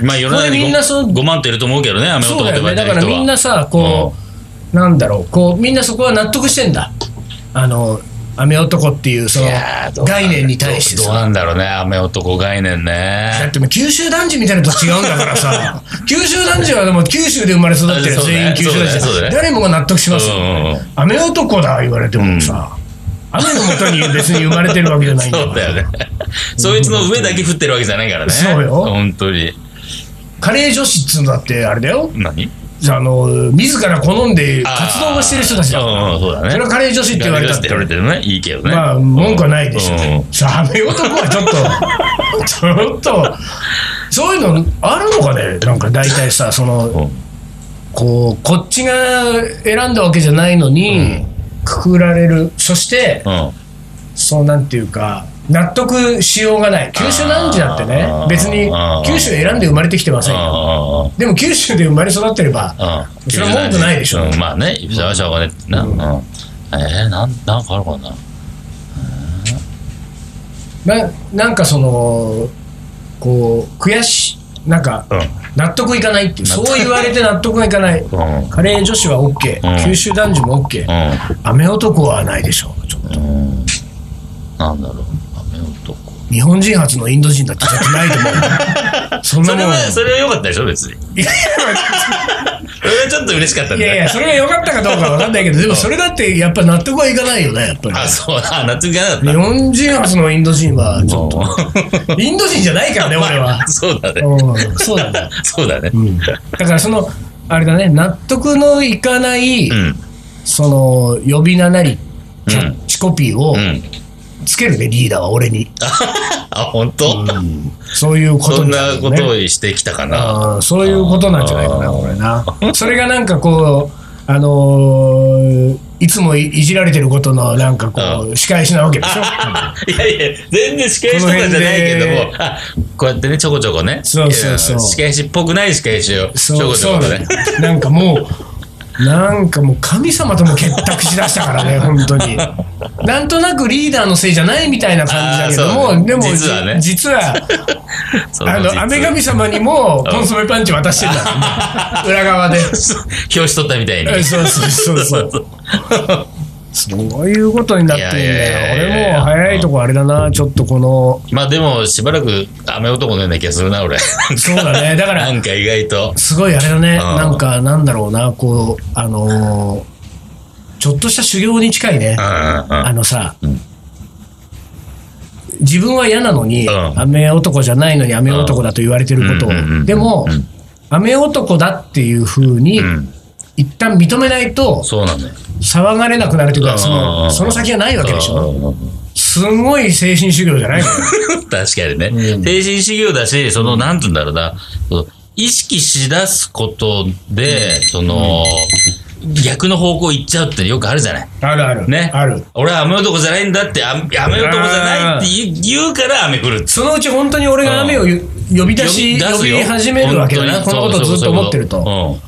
Speaker 2: まあ世の中
Speaker 1: これ
Speaker 2: に
Speaker 1: みんなそう
Speaker 2: 5万っていると思うけどね、雨
Speaker 1: そう
Speaker 2: 男
Speaker 1: だ
Speaker 2: って
Speaker 1: よ
Speaker 2: 書
Speaker 1: ね
Speaker 2: い
Speaker 1: だ
Speaker 2: てる
Speaker 1: から
Speaker 2: 人は。
Speaker 1: みんなさこう、なんだろうこうみんなそこは納得してんだあの雨男っていうその
Speaker 2: いやーどうなんだ
Speaker 1: 概念に対して
Speaker 2: どう
Speaker 1: さ
Speaker 2: なんだろうね、雨男概念
Speaker 1: だ
Speaker 2: ね
Speaker 1: っ。てもう九州男児みたいなのと違うんだから さ九州男児はでも九州で生まれ育ってる
Speaker 2: あそうだ
Speaker 1: 全員
Speaker 2: ね
Speaker 1: 九州男児
Speaker 2: そうだねそうだ
Speaker 1: だ
Speaker 2: ね
Speaker 1: 誰もが納得しますよ
Speaker 2: うんうんうん
Speaker 1: 雨男だ言われてもさ、雨のもとに別に生まれてるわけじゃないんだ
Speaker 2: そ
Speaker 1: か
Speaker 2: う
Speaker 1: ら
Speaker 2: だよね。そいつの上だけ降ってるわけじゃないからね。
Speaker 1: そうよ
Speaker 2: 本当に。
Speaker 1: カレー女子っつうのだってあれだよ
Speaker 2: 何
Speaker 1: あの自ら好んで活動をしてる人たちだから
Speaker 2: うんうんそうだね。
Speaker 1: それはカレー女子って言われたって
Speaker 2: カレー女子って言われてるね。いいけどね。
Speaker 1: まあ文句はないでしょ、
Speaker 2: うん
Speaker 1: さあ雨男はちょっと ちょっとそういうのあるのかねなんか大体さその、
Speaker 2: うん
Speaker 1: こうこっちが選んだわけじゃないのに、くくられるそして、
Speaker 2: うん。
Speaker 1: そうなんていうか納得しようがない九州男児だってね
Speaker 2: あー
Speaker 1: 別に
Speaker 2: あー
Speaker 1: 九州選んで生まれてきてませんよ
Speaker 2: あ
Speaker 1: でも九州で生まれ育ってれば
Speaker 2: あ。うん。
Speaker 1: それは文句ないでしょ
Speaker 2: うんまあね、しゃしょうがねえってな。うん。えー、なん、なんかあるかな。
Speaker 1: ななんかそのこう悔しいなんか
Speaker 2: うん。
Speaker 1: 納得いかないっていうそう言われて納得がいかない
Speaker 2: うん。
Speaker 1: カレー女子は OK
Speaker 2: うん
Speaker 1: 九州男児も OK 雨男はないでしょうちょっと
Speaker 2: うん。うん。なんだろう。雨男。
Speaker 1: 日本人初のインド人だってちょっとないと思う そんな
Speaker 2: そ
Speaker 1: も
Speaker 2: れ
Speaker 1: ん
Speaker 2: は、それは良かったでしょ、別に。
Speaker 1: いや
Speaker 2: それはちょっと嬉しかったん
Speaker 1: い
Speaker 2: だ
Speaker 1: やいや、それが良かったかどうかわかんないけど、でもそれだってやっぱ納得はいかないよね、やっぱり。
Speaker 2: あ、そうだ、納得いかなかった
Speaker 1: 日。本人初のインド人は、ちょっと。インド人じゃないから ね、
Speaker 2: まあ
Speaker 1: 俺は。
Speaker 2: そうだね。
Speaker 1: うん、そうなんだね。
Speaker 2: そうだね。
Speaker 1: うん。だからその、あれだね、納得のいかない、
Speaker 2: うん。
Speaker 1: その、呼び名なり、
Speaker 2: うん
Speaker 1: キャッチコピーを
Speaker 2: うん。
Speaker 1: つけるね、リーダーは俺に。
Speaker 2: あ、本当
Speaker 1: そういうこと
Speaker 2: そん
Speaker 1: にな
Speaker 2: な
Speaker 1: る
Speaker 2: こ
Speaker 1: ね
Speaker 2: とをしてきたかな。
Speaker 1: あーそういうことなんじゃないかな、
Speaker 2: あー
Speaker 1: これな。それがなんかこう、あのーいつもいいじられてることのなんかこう、仕返しなわけでし ょ。
Speaker 2: いやいや、全然仕返しとかじゃないけども、あこうやってね、ちょこちょこね。
Speaker 1: そうそうそう
Speaker 2: いや仕返しっぽくない仕返しを、ちょ
Speaker 1: そう
Speaker 2: こちょ
Speaker 1: そう
Speaker 2: ことね。
Speaker 1: なんかもう、なんかもう神様とも結託しだしたから ね、本当に。なんとなくリーダーのせいじゃないみたいな感じだけど
Speaker 2: あーそう
Speaker 1: も、
Speaker 2: ね
Speaker 1: でも
Speaker 2: 実はね
Speaker 1: じ実は、
Speaker 2: そう
Speaker 1: あの、雨神様にもコンソメパンチ渡してた、裏側で。
Speaker 2: そう 表紙取ったみたいに。
Speaker 1: そうそうそう そう。そういうことになってん
Speaker 2: い
Speaker 1: だ
Speaker 2: やい
Speaker 1: よ。
Speaker 2: やいやい
Speaker 1: 俺
Speaker 2: や
Speaker 1: もう早いとこあれだな、ちょっとこの、
Speaker 2: まあでも、しばらく雨男のような気がするな、俺。
Speaker 1: そうだ ね、だか
Speaker 2: な
Speaker 1: ら、
Speaker 2: んか意外と。
Speaker 1: すごいあれだね、
Speaker 2: ん
Speaker 1: なんか、なんだろうな、こう、あのーちょっとした修行に近いね
Speaker 2: う、んうんうん
Speaker 1: あのさ、自分は嫌なのに、
Speaker 2: うん
Speaker 1: 雨男じゃないのに雨男だと言われてること
Speaker 2: うんうんうんう
Speaker 1: を、
Speaker 2: ん
Speaker 1: でも
Speaker 2: うん、
Speaker 1: 雨男だっていうふうに
Speaker 2: う、ん。
Speaker 1: 一旦認めないと、
Speaker 2: そうなんだよ。
Speaker 1: 騒がれなくなるというか、そ
Speaker 2: うん
Speaker 1: のその先がないわけでしょ。
Speaker 2: うんうんうん
Speaker 1: すんごい精神修行じゃないの
Speaker 2: 確かにね。精神修行だし、その、なんつうんだろうな、その意識しだすことで、その、逆の方向行っちゃうってよくあるじゃない。
Speaker 1: あるある。
Speaker 2: ね。
Speaker 1: ある。
Speaker 2: 俺は雨男じゃないんだって、あ雨男じゃないって言う言うから雨降るっつ
Speaker 1: そのうち本当に俺が雨をゆ呼び出し、呼び始めるわけだな。このことをずっと思ってると。
Speaker 2: と。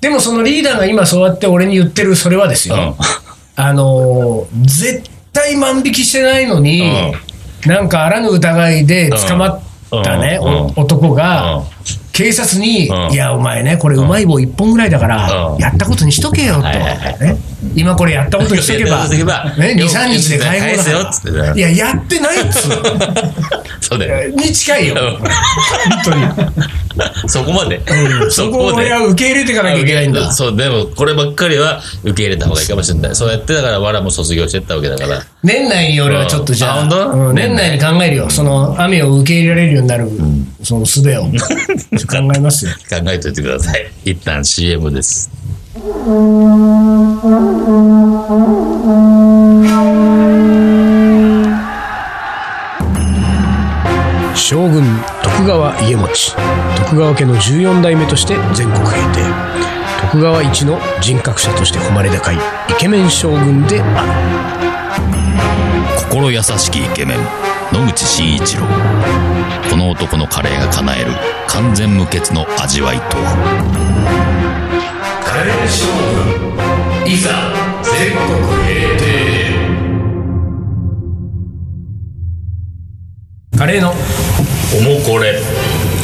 Speaker 1: でもそのリーダーが今そうやって俺に言ってるそれはです
Speaker 2: う
Speaker 1: よ。
Speaker 2: ん。うん。
Speaker 1: あのー絶対万引きしてないのに、なんかあらぬ疑いで捕まったね、
Speaker 2: うん
Speaker 1: お
Speaker 2: うん
Speaker 1: 男が、
Speaker 2: うん
Speaker 1: 警察に、
Speaker 2: うん
Speaker 1: いや、お前ね、これうまい棒1本ぐらいだから、
Speaker 2: うん
Speaker 1: やったことにしとけよと、
Speaker 2: はいはいは
Speaker 1: ね、今これやったことにしとけば、
Speaker 2: やったことにしとけば
Speaker 1: ね、2、3日で解放
Speaker 2: よっつって
Speaker 1: だからいや、やってないっ つうの
Speaker 2: そうだよ。
Speaker 1: に近いよ、本当に。
Speaker 2: そこまで。
Speaker 1: そこを俺は受け入れていかなきゃいけないんだ。
Speaker 2: そう、でも、こればっかりは受け入れた方がいいかもしれない。そうやって、だから、わらも卒業してったわけだから。
Speaker 1: 年内に俺はちょっとじゃあ、
Speaker 2: うんあ本当
Speaker 1: うん年内に考えるよ。その雨を受け入れられるようになる、その術を。考えますよ。
Speaker 2: 考えといてください。一旦 CM です。
Speaker 1: 将軍徳川家茂徳川家の14代目として全国平定徳川一の人格者として誉れ高いイケメン将軍である
Speaker 2: 心優しきイケメン、野口真一郎。この男のカレーが叶える完全無欠の味わいとは。
Speaker 1: カレー将軍いざ全国平定カレーのは
Speaker 2: おもこれ。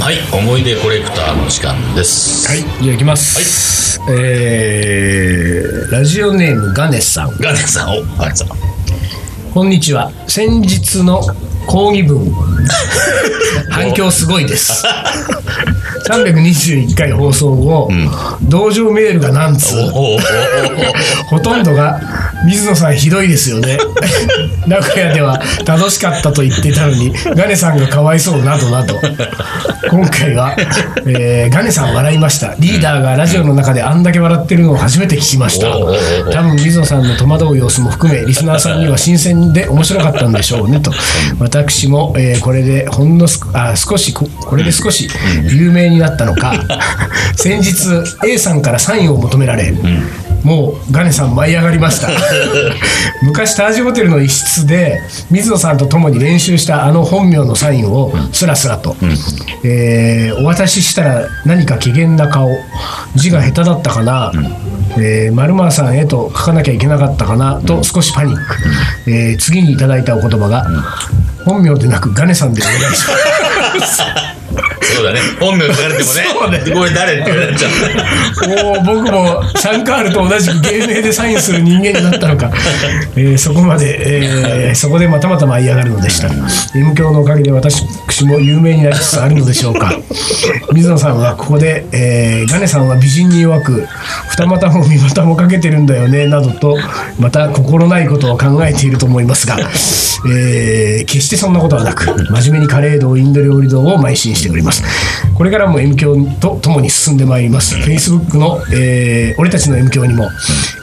Speaker 2: はい、思い出コレクターの時間です。
Speaker 1: い。じゃあいきます、えー、ラジオネームガネさん
Speaker 2: ガネさん、お、ガネさん。
Speaker 1: こんにちは先日の講義文反響すごいです321回放送後、同情メールが何通
Speaker 2: おおおお
Speaker 1: ほとんどが水野さんひどいですよ ね名古屋では楽しかったと言っていたのにガネさんがかわいそうなどなど今回は、えーガネさん笑いましたリーダーがラジオの中であんだけ笑ってるのを初めて聞きました
Speaker 2: おうおうおう
Speaker 1: 多分水野さんの戸惑う様子も含めリスナーさんには新鮮で面白かったんでしょうねと私も、えーこれでほんのすあ少しここれで少し有名になったのか先日 A さんからサインを求められ、もうガネさん舞い上がりました昔タージホテルの一室で水野さんと共に練習したあの本名のサインをスラスラと、えーお渡ししたら何か機嫌な顔字が下手だったかな、えー、丸間さんへと書かなきゃいけなかったかなと少しパニック、えー次にいただいたお言葉が、本名でなくガネさんでお願いします
Speaker 2: そうだね本名書かれてもね
Speaker 1: そうだね
Speaker 2: これ誰ってなっちゃ
Speaker 1: もう僕もシャンカールと同じく芸名でサインする人間になったのか、えーそこまで、えーそこでまたまた舞い上がるのでした M 響のおかげで私も有名になりつつあるのでしょうか水野さんはここで、えーガネさんは美人に弱く二股も三股もかけてるんだよねなどとまた心ないことを考えていると思いますが、えー決してそんなことはなく真面目にカレー道インド料理道を邁進しておりますこれからも M 教とともに進んでまいります Facebook の、えー俺たちの M 教にも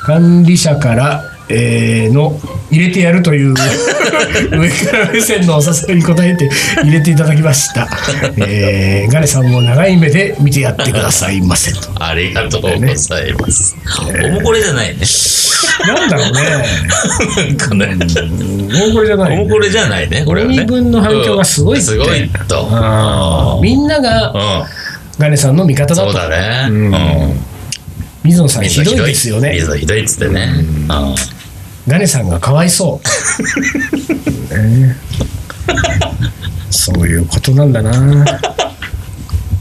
Speaker 1: 管理者から、えーの入れてやるという 上から目線のお誘いに応えて入れていただきました、えーガネさんも長い目で見てやってくださいませと
Speaker 2: うありがとうございます、おもこれじゃないね
Speaker 1: なんだろうね
Speaker 2: なんかね
Speaker 1: もうこれじゃない
Speaker 2: おもこれじゃないねこれはね
Speaker 1: 鬼分の反響がすごいって
Speaker 2: うんすごいと
Speaker 1: あーみんな
Speaker 2: う
Speaker 1: が
Speaker 2: ん
Speaker 1: ガネさんの味方だ
Speaker 2: そう
Speaker 1: と
Speaker 2: だねうん
Speaker 1: 水野さん
Speaker 2: 水
Speaker 1: ひ
Speaker 2: は
Speaker 1: どいですよね
Speaker 2: 水はひどいっつってねうん
Speaker 1: ガネさんがかわいそう。ね、そういうことなんだな。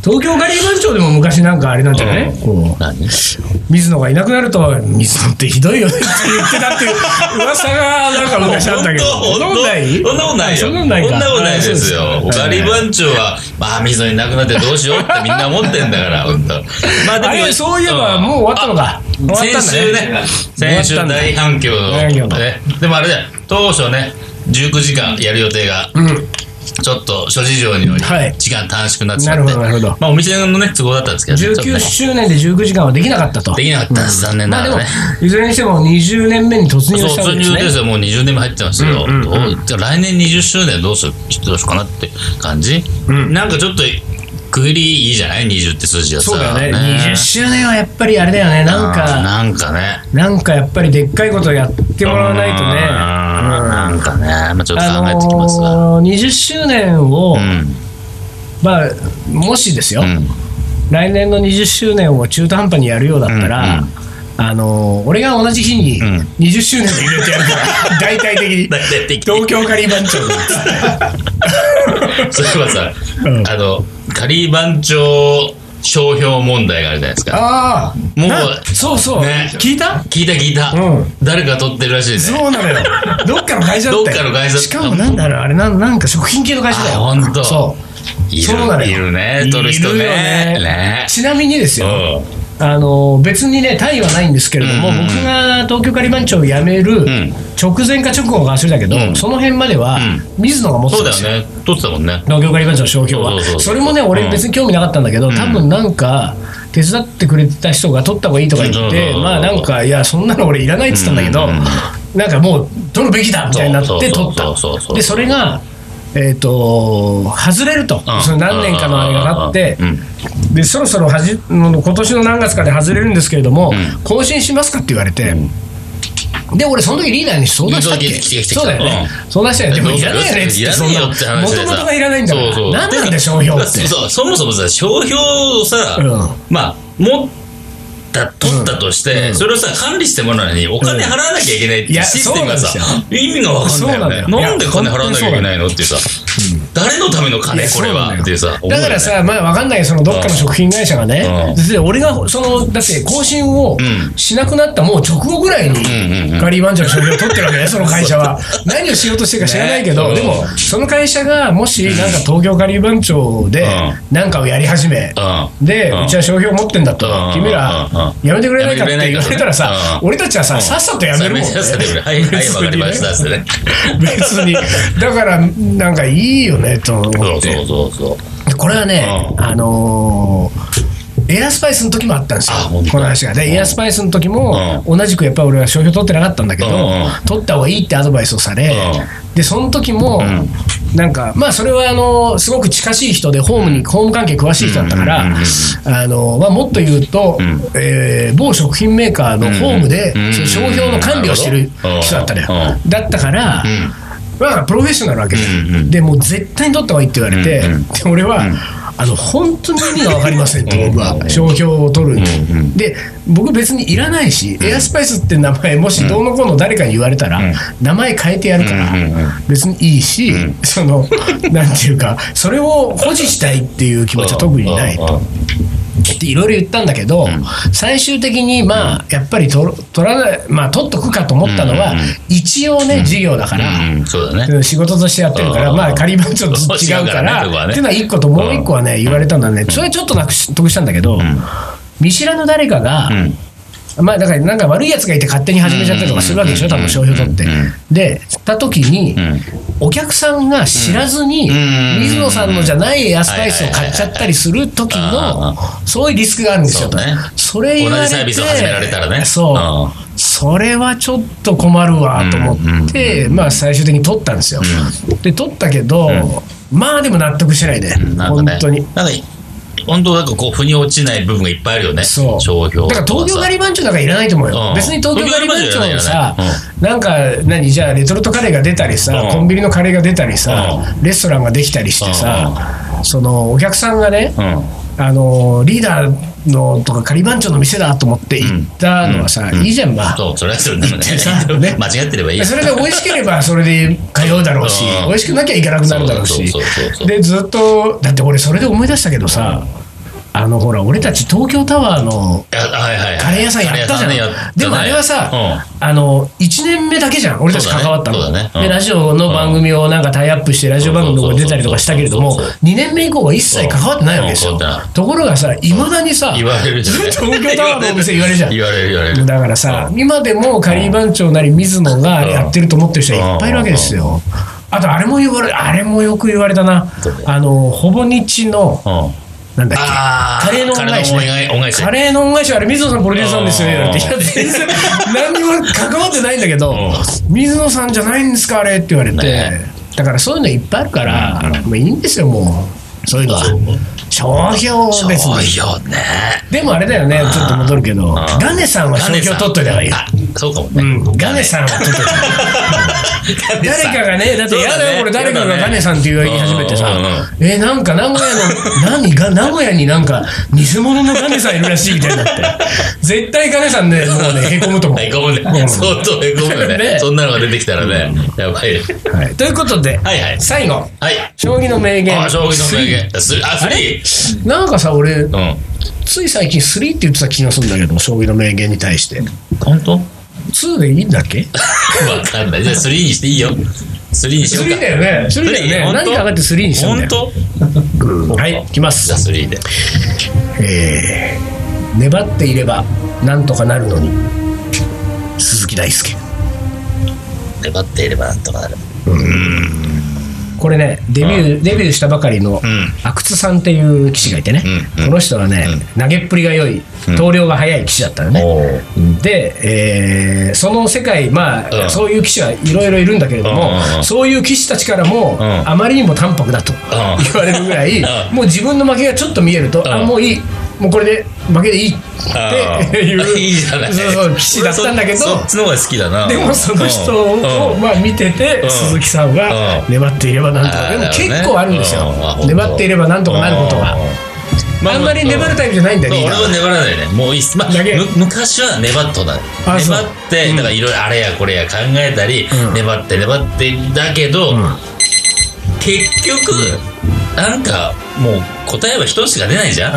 Speaker 1: 東京ガリバン町でも昔なんかあれなんじゃない、
Speaker 2: うん
Speaker 1: こう
Speaker 2: 何
Speaker 1: 水野がいなくなると水野ってひどいよねって言ってたっていう噂がなんか昔あったけど
Speaker 2: 本当
Speaker 1: そんなことない
Speaker 2: 本当そんなことないよ。
Speaker 1: あ
Speaker 2: そ
Speaker 1: そ
Speaker 2: ん
Speaker 1: ん
Speaker 2: な
Speaker 1: な
Speaker 2: こ
Speaker 1: こととないか
Speaker 2: ないです
Speaker 1: あ
Speaker 2: よ
Speaker 1: そう。ですか
Speaker 2: ガリバン長は、まあ、水野いなくなってどうしようってみんな思ってんだから、本当。まあ
Speaker 1: あれそういえばもう終わったのか終わったんだ
Speaker 2: 先週ね、先週大反響
Speaker 1: 大反響
Speaker 2: ね。でもあれだよ、当初ね、19時間やる予定が、
Speaker 1: うん
Speaker 2: ちょっと諸事情により
Speaker 1: はい、
Speaker 2: 時間短縮になってし
Speaker 1: な
Speaker 2: ま
Speaker 1: る
Speaker 2: っ
Speaker 1: ほ
Speaker 2: て
Speaker 1: ど、なるほど
Speaker 2: まあ、お店のね、都合だったんですけどね、ちょっとね
Speaker 1: 19周年で19時間はできなかったと
Speaker 2: できなかったです、残念な
Speaker 1: まあ
Speaker 2: が
Speaker 1: で
Speaker 2: ら
Speaker 1: も
Speaker 2: ね。
Speaker 1: いずれにしても20年目に突入
Speaker 2: そう、
Speaker 1: したわ
Speaker 2: 突
Speaker 1: けです
Speaker 2: 入
Speaker 1: ね
Speaker 2: ですよ。もう20年目入ってますよ。
Speaker 1: うんうんうん
Speaker 2: どうじゃあ来年20周年どうする、どうしようかなって感じ、
Speaker 1: ん
Speaker 2: なんかちょっと、区切りいいじゃない ?20 って数字がさ。
Speaker 1: そうだよね20
Speaker 2: 周
Speaker 1: 周年はやっぱりあれだよねなんか
Speaker 2: なんかね。
Speaker 1: なんかやっぱりでっかいことやってもらわないとね
Speaker 2: うんなんかね、まあ、ちょっと考えてきますが。
Speaker 1: あのー、20周年を、
Speaker 2: うん。
Speaker 1: まあもしですよ、
Speaker 2: うん。
Speaker 1: 来年の20周年を中途半端にやるようだったら、
Speaker 2: うん
Speaker 1: あのー俺が同じ日に
Speaker 2: うん
Speaker 1: 20周年で入れてやるから 大体的に
Speaker 2: 大体的に
Speaker 1: 東京カリー番長 で
Speaker 2: それはさ、
Speaker 1: うん
Speaker 2: あの、仮番長商標問題があるじゃないですか。
Speaker 1: ああ
Speaker 2: もう
Speaker 1: なそうそう、
Speaker 2: ね
Speaker 1: 聞いた
Speaker 2: 聞いた聞いた、
Speaker 1: うん
Speaker 2: 誰か取ってるらしいね。
Speaker 1: そうなのよ。どっかの会社だったよ。
Speaker 2: どっかの会社だった
Speaker 1: しかもなんだろう、あれなん、なんか食品系の会社だよ。
Speaker 2: あほんと
Speaker 1: そう。
Speaker 2: いる
Speaker 1: そうなの
Speaker 2: い
Speaker 1: よ
Speaker 2: るね、取る人
Speaker 1: い
Speaker 2: ね。
Speaker 1: るよ
Speaker 2: ね
Speaker 1: ちなみにですよ、
Speaker 2: うん
Speaker 1: あの別にね、タイはないんですけれども、
Speaker 2: うんうんうん
Speaker 1: 僕が東京カリバン長を辞める
Speaker 2: ん
Speaker 1: 直前か直後か忘れたけど、
Speaker 2: うん
Speaker 1: その辺までは、
Speaker 2: う
Speaker 1: 水野が持って
Speaker 2: そ
Speaker 1: た
Speaker 2: うんだ
Speaker 1: ですよ。
Speaker 2: よね。撮ってたもんね。
Speaker 1: 農業カリバン長の商標
Speaker 2: そ
Speaker 1: は
Speaker 2: うそうそう
Speaker 1: それもね俺別に興味なかったんだけど、多分なんか手伝ってくれてた人が取った方がいいとか言
Speaker 2: そう
Speaker 1: っ
Speaker 2: そう
Speaker 1: て
Speaker 2: そう
Speaker 1: まあなんかいやそんなの俺いらないって言ったんだけど、
Speaker 2: うん
Speaker 1: なんかもう取るべきだみたいになって取っ
Speaker 2: そ
Speaker 1: た
Speaker 2: うそうそうそうそうそう
Speaker 1: でそれがえっ、と外れると、
Speaker 2: うん
Speaker 1: その何年かのあれがあって、
Speaker 2: うん
Speaker 1: でそろそろはじ今年の何月かで外れるんですけれども、
Speaker 2: うん
Speaker 1: 更新しますかって言われて、で俺その時リーダーに相談したっけ
Speaker 2: リーダーに来て来て来て
Speaker 1: そうだよね、相談したよねでもいらないよねっつっ
Speaker 2: い
Speaker 1: て
Speaker 2: ら
Speaker 1: そ
Speaker 2: ね
Speaker 1: ん
Speaker 2: え
Speaker 1: な
Speaker 2: よって
Speaker 1: も
Speaker 2: 話
Speaker 1: と
Speaker 2: で
Speaker 1: も
Speaker 2: さ
Speaker 1: とがいらないんだから
Speaker 2: そうそう
Speaker 1: 何なんだ商標って
Speaker 2: そうそもそもさ商標をさ、
Speaker 1: うん
Speaker 2: まあ持っった、取ったとして、それをさ、管理してもらうのにお金払わなきゃいけないっ
Speaker 1: い
Speaker 2: ていう
Speaker 1: や
Speaker 2: システムがさ
Speaker 1: そうなん、
Speaker 2: 意味がわかんないよ
Speaker 1: そう
Speaker 2: ね。
Speaker 1: なんだよ
Speaker 2: なんで金払わなきゃいけないのっていうさ、誰のための
Speaker 1: い
Speaker 2: 金
Speaker 1: や
Speaker 2: これ
Speaker 1: そうな
Speaker 2: は
Speaker 1: ん
Speaker 2: っ
Speaker 1: だ
Speaker 2: てい
Speaker 1: よ
Speaker 2: うさ、
Speaker 1: だからさ、まあわかんないよそのどっかの食品会社がね、
Speaker 2: うん
Speaker 1: だって俺がその、だって更新を
Speaker 2: うん
Speaker 1: しなくなったもう直後ぐらいに
Speaker 2: んうんうん、
Speaker 1: ガリー・バンジャーの商業を取ってるわけね、その会社は。 何をしようとしてるか知らないけど、
Speaker 2: ね
Speaker 1: でも
Speaker 2: う、
Speaker 1: その会社がもし、なんか東京ガリー番長で
Speaker 2: う、
Speaker 1: なんかをやり始め、
Speaker 2: 思うよね、
Speaker 1: で、
Speaker 2: うん
Speaker 1: うちは商標持ってんだと
Speaker 2: うん、
Speaker 1: 君ら
Speaker 2: うんうん、
Speaker 1: やめてくれないかって
Speaker 2: やめてくれない
Speaker 1: 言
Speaker 2: か
Speaker 1: われたらさ、
Speaker 2: うん
Speaker 1: 俺たちはさ、さっさとやめるもんね。
Speaker 2: さっさとやめる はい、は い、
Speaker 1: 別にね
Speaker 2: わかりましたっつっ てね。
Speaker 1: 別に。だから、なんかいいよね、と
Speaker 2: そ
Speaker 1: 思
Speaker 2: う
Speaker 1: って。
Speaker 2: そうそうそう。
Speaker 1: でこれはね、
Speaker 2: うん
Speaker 1: あのーエアスパイスの時もあったんですよ
Speaker 2: あ本当、
Speaker 1: この話が。で、
Speaker 2: うん
Speaker 1: エアスパイスの時も、同じくやっぱり俺は商標取ってなかったんだけど、
Speaker 2: うんうん
Speaker 1: 取った方がいいってアドバイスをされ、
Speaker 2: う
Speaker 1: で、その時も、
Speaker 2: ん
Speaker 1: なんか、まあ、それはあのすごく近しい人で、ホームに、ホーム関係詳しい人だったから、
Speaker 2: うんうんうん
Speaker 1: あのまあ、もっと言うと、
Speaker 2: ん
Speaker 1: えー某食品メーカーのホームで、
Speaker 2: うんうん
Speaker 1: その商標の管理をしてる人だったのよ。
Speaker 2: う
Speaker 1: だったから、
Speaker 2: ん
Speaker 1: まあ、プロフェッショナルなわけで、
Speaker 2: うんうん
Speaker 1: でもう絶対に取った方がいいって言われて、
Speaker 2: うんうん
Speaker 1: で俺は、あの本当に意味が分かりませんと、
Speaker 2: うん
Speaker 1: 僕
Speaker 2: う
Speaker 1: は、
Speaker 2: ん
Speaker 1: 商標を取るに、
Speaker 2: うんうん
Speaker 1: で、僕、別にいらないし、エアスパイスって名前、もしどうのこうの誰かに言われたら、
Speaker 2: ん
Speaker 1: 名前変えてやるから、
Speaker 2: うんうんうん
Speaker 1: 別にいいし、
Speaker 2: うん
Speaker 1: そ の、なんていうか、それを保持したいっていう気持ちは特にないと。っていろいろ言ったんだけど、最終的にまあやっぱり取取らない、まあ、取っとくかと思ったのは、
Speaker 2: うんうんうん
Speaker 1: 一応ね、事業だから、
Speaker 2: うんうんそうだね。
Speaker 1: 仕事としてやってるから、
Speaker 2: うん
Speaker 1: まあ、仮番長と違うか、
Speaker 2: 違うからら
Speaker 1: っ
Speaker 2: ね
Speaker 1: ていうのは1個と、もう1個はね、言われたんだね、それはちょっとなくし得したんだけど、見知らぬ誰かが、
Speaker 2: うん
Speaker 1: まあ、だからなんか悪いやつがいて勝手に始めちゃったりとかするわけでしょ、
Speaker 2: うんう
Speaker 1: 多
Speaker 2: んうん
Speaker 1: 分商標取って
Speaker 2: うんうん。
Speaker 1: で、た時に
Speaker 2: ん、
Speaker 1: お客さんが知らずに
Speaker 2: うんうん、
Speaker 1: 水野さんのじゃないエアスパイスを買っちゃったりする時
Speaker 2: はいはいはい
Speaker 1: の、そういうリスクがあるんですよと
Speaker 2: そうね。
Speaker 1: それ言われて
Speaker 2: 同じサービスを始められたらね
Speaker 1: そうう。それはちょっと困るわと思って、まあ、最終的に取ったんですよ。で、取ったけど、まあでも納得してないね、
Speaker 2: なんか
Speaker 1: 本
Speaker 2: ね、
Speaker 1: 当に。
Speaker 2: なんか、本当なんかこう、腑に落ちない部分がいっぱいあるよね。
Speaker 1: そう。
Speaker 2: 商標と
Speaker 1: だから東京ガリバンチョなんかいらないと思うよ。
Speaker 2: うん
Speaker 1: 別に東京ガリバンチョのさ、
Speaker 2: 東
Speaker 1: なんか、何、じゃあレトルトカレーが出たりさ、
Speaker 2: うん
Speaker 1: コンビニのカレーが出たりさ、レストランができたりしてさ、そのお客さんがね、
Speaker 2: うん。うん
Speaker 1: あのリーダーのとかガリバンチョの店だと思って行ったのはさ、いいじゃん、まあ。
Speaker 2: そう、それはそれでもね
Speaker 1: さね。
Speaker 2: 間違ってればいい
Speaker 1: で
Speaker 2: よ。
Speaker 1: それで美味しければそれで通うだろうし
Speaker 2: うん
Speaker 1: 美味しくなきゃいけなくなるだろうし
Speaker 2: そうそうそうそう
Speaker 1: でずっとだって俺それで思い出したけどさあのほら俺たち東京タワーの
Speaker 2: いやはいはいはい
Speaker 1: カレー屋さんやったじゃ
Speaker 2: カレー屋
Speaker 1: ん
Speaker 2: さねやっ。
Speaker 1: でもあれはさ、
Speaker 2: う
Speaker 1: あの、1年目だけじゃん。俺たち関わったの。
Speaker 2: そうだねそうだねうん
Speaker 1: で、ラジオの番組をなんかタイアップして、ラジオ番組のとこに出たりとかしたけれども、
Speaker 2: そうそうそう
Speaker 1: 2年目以降は一切関わってないわけです
Speaker 2: う
Speaker 1: よ
Speaker 2: ん関わってな。
Speaker 1: ところがさ、いまだにさ、
Speaker 2: 言われるじゃん。
Speaker 1: 東京タワーのお店言われるじゃん
Speaker 2: 言われる言われる。
Speaker 1: だからさ、今でもカリー番長なり水野がやってると思ってる人はいっぱいいるわけですよ。あと、あれも言われ、あれもよく言われたな
Speaker 2: どれ。
Speaker 1: あの、ほぼ日の、
Speaker 2: うん。
Speaker 1: なんだっけ。
Speaker 2: あー
Speaker 1: カレーの恩返し、
Speaker 2: カレーの恩返し。
Speaker 1: カレーの恩返しはあれ水野さんプロデューサーなんですよねなんていや全然何にも関わってないんだけど水野さんじゃないんですかあれって言われて、
Speaker 2: ね
Speaker 1: だからそういうのいっぱいあるから、もういいんですよもうそういうのは商標別
Speaker 2: そう
Speaker 1: に
Speaker 2: よね。
Speaker 1: でもあれだよねちょっと戻るけど
Speaker 2: ん
Speaker 1: ガネさんは商標取っといた方がいい
Speaker 2: あ、そうかも
Speaker 1: う
Speaker 2: ね。
Speaker 1: ん、ガネさんは取っといた方がいい 誰かがね、だって、
Speaker 2: そう
Speaker 1: や
Speaker 2: だね
Speaker 1: だよ、これ、誰かが
Speaker 2: やだ
Speaker 1: ガ
Speaker 2: ね
Speaker 1: ネさんって言い始めて
Speaker 2: うんうん
Speaker 1: さ、え、なんか名古屋の、何が、名古屋になんか、偽物のガネさんいるらしいみたいになって、絶対ガネさんね、もうね、へこむと思う。
Speaker 2: へこむ
Speaker 1: う
Speaker 2: ね。
Speaker 1: ん
Speaker 2: 相当へこむよ
Speaker 1: ね
Speaker 2: ね。そんなのが出てきたらね、やばいよ。
Speaker 1: はいということで、
Speaker 2: はいはい
Speaker 1: 最後、
Speaker 2: はい。
Speaker 1: 将棋の名言。
Speaker 2: あ、将棋の名言。スリーあ、スリー
Speaker 1: なんかさ、俺、
Speaker 2: うん。
Speaker 1: つい最近3って言ってた気がするんだけど、将棋の名言に対して。
Speaker 2: 本当
Speaker 1: 2でいいんだっけ
Speaker 2: わかんない。じゃあスリーにしていいよ。スリーにしようか。
Speaker 1: ?3 だよね。3だよね。
Speaker 2: 本当
Speaker 1: 何か上がって3にしたんだ
Speaker 2: 本
Speaker 1: よ。
Speaker 2: 当
Speaker 1: はい、きます
Speaker 2: じゃあ。スリーで。
Speaker 1: えー粘っていればなんとかなるのに鈴木大輔
Speaker 2: 粘っていればなんとかなる。
Speaker 1: これねデビュー、デビューしたばかりの
Speaker 2: ん
Speaker 1: 阿久津さんっていう棋士がいてね、
Speaker 2: うんうん
Speaker 1: この人はね、投げっぷりが良い投了が早い棋士だったのね、
Speaker 2: おー
Speaker 1: で、えーその世界、まあ
Speaker 2: うん
Speaker 1: そういう棋士はいろいろいるんだけれども、
Speaker 2: うん
Speaker 1: そういう棋士たちからも、
Speaker 2: ん
Speaker 1: あまりにも淡白だと 言われるぐらい、
Speaker 2: う
Speaker 1: もう自分の負けがちょっと見えると、あもういいもうこれで負けでいいっていう
Speaker 2: あー いいじゃない。
Speaker 1: そうそう棋士だったんだけど
Speaker 2: そそっちの方が好きだな。
Speaker 1: でもその人を、
Speaker 2: うん
Speaker 1: まあ、見てて、
Speaker 2: うん
Speaker 1: 鈴木さんが
Speaker 2: うん
Speaker 1: 粘っていればなんと
Speaker 2: あ
Speaker 1: か
Speaker 2: ー
Speaker 1: でも
Speaker 2: なるほどね
Speaker 1: 結構あるんですよ
Speaker 2: うんあ本当
Speaker 1: 粘っていればなんとかなることが
Speaker 2: うん
Speaker 1: あんまり粘るタイプじゃないんだよ
Speaker 2: そう
Speaker 1: リー
Speaker 2: 俺
Speaker 1: ダー
Speaker 2: は粘らないね。もういいっす。まあ、
Speaker 1: だけ
Speaker 2: む昔は粘っとだ。
Speaker 1: あそう
Speaker 2: 粘って、だからいろいろあれやこれや考えたり、
Speaker 1: うん
Speaker 2: 粘って粘ってだけど、
Speaker 1: ん
Speaker 2: 結局、なんかもう答えは一つしか出ないじゃん。
Speaker 1: あ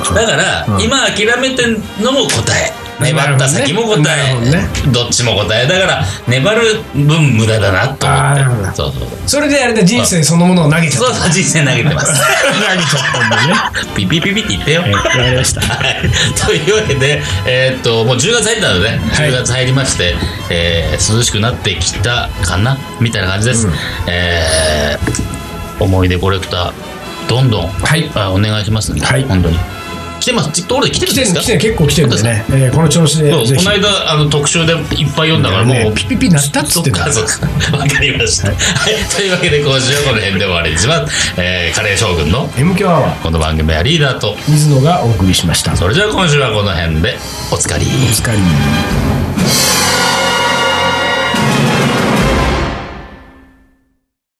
Speaker 1: あああ
Speaker 2: だから、
Speaker 1: うん
Speaker 2: 今諦めてんのも答え粘った先も答
Speaker 1: なる
Speaker 2: え
Speaker 1: ほどね
Speaker 2: ど,、っちも答えだから粘る分無駄だなと
Speaker 1: あーなるほ
Speaker 2: 思
Speaker 1: ど
Speaker 2: ってそうそう
Speaker 1: それであれだ人生そのものを投げちゃっ
Speaker 2: そうそう人生投 げてます
Speaker 1: た投げちゃったんだね
Speaker 2: ピピピピって言ってよ、
Speaker 1: わかりました
Speaker 2: はい、というわけで、えーっともう10月入ったので、ね
Speaker 1: はい
Speaker 2: 10月入りまして、えー涼しくなってきたかなみたいな感じです、
Speaker 1: うん
Speaker 2: えー思い出コレクターどんどん、
Speaker 1: はい
Speaker 2: あお願いしますね、
Speaker 1: はい
Speaker 2: 本当に来てますちところで来てる
Speaker 1: 来
Speaker 2: ん
Speaker 1: て
Speaker 2: です
Speaker 1: る
Speaker 2: か
Speaker 1: 来てる結構来てるんだよね、えーこの調子で
Speaker 2: そう
Speaker 1: ぜ
Speaker 2: こ
Speaker 1: ひ
Speaker 2: の間あの特集でいっぱい読んだからもう、
Speaker 1: ねピピピ鳴ったっつってた
Speaker 2: そっかそっかわかりました、はい、というわけで今週はこの辺で終わりにします、えー、カレー将軍の
Speaker 1: M 強アワー
Speaker 2: この番組はリーダーと
Speaker 1: 水野がお送りしました
Speaker 2: それじゃあ今週はこの辺でおつかり
Speaker 1: お疲れ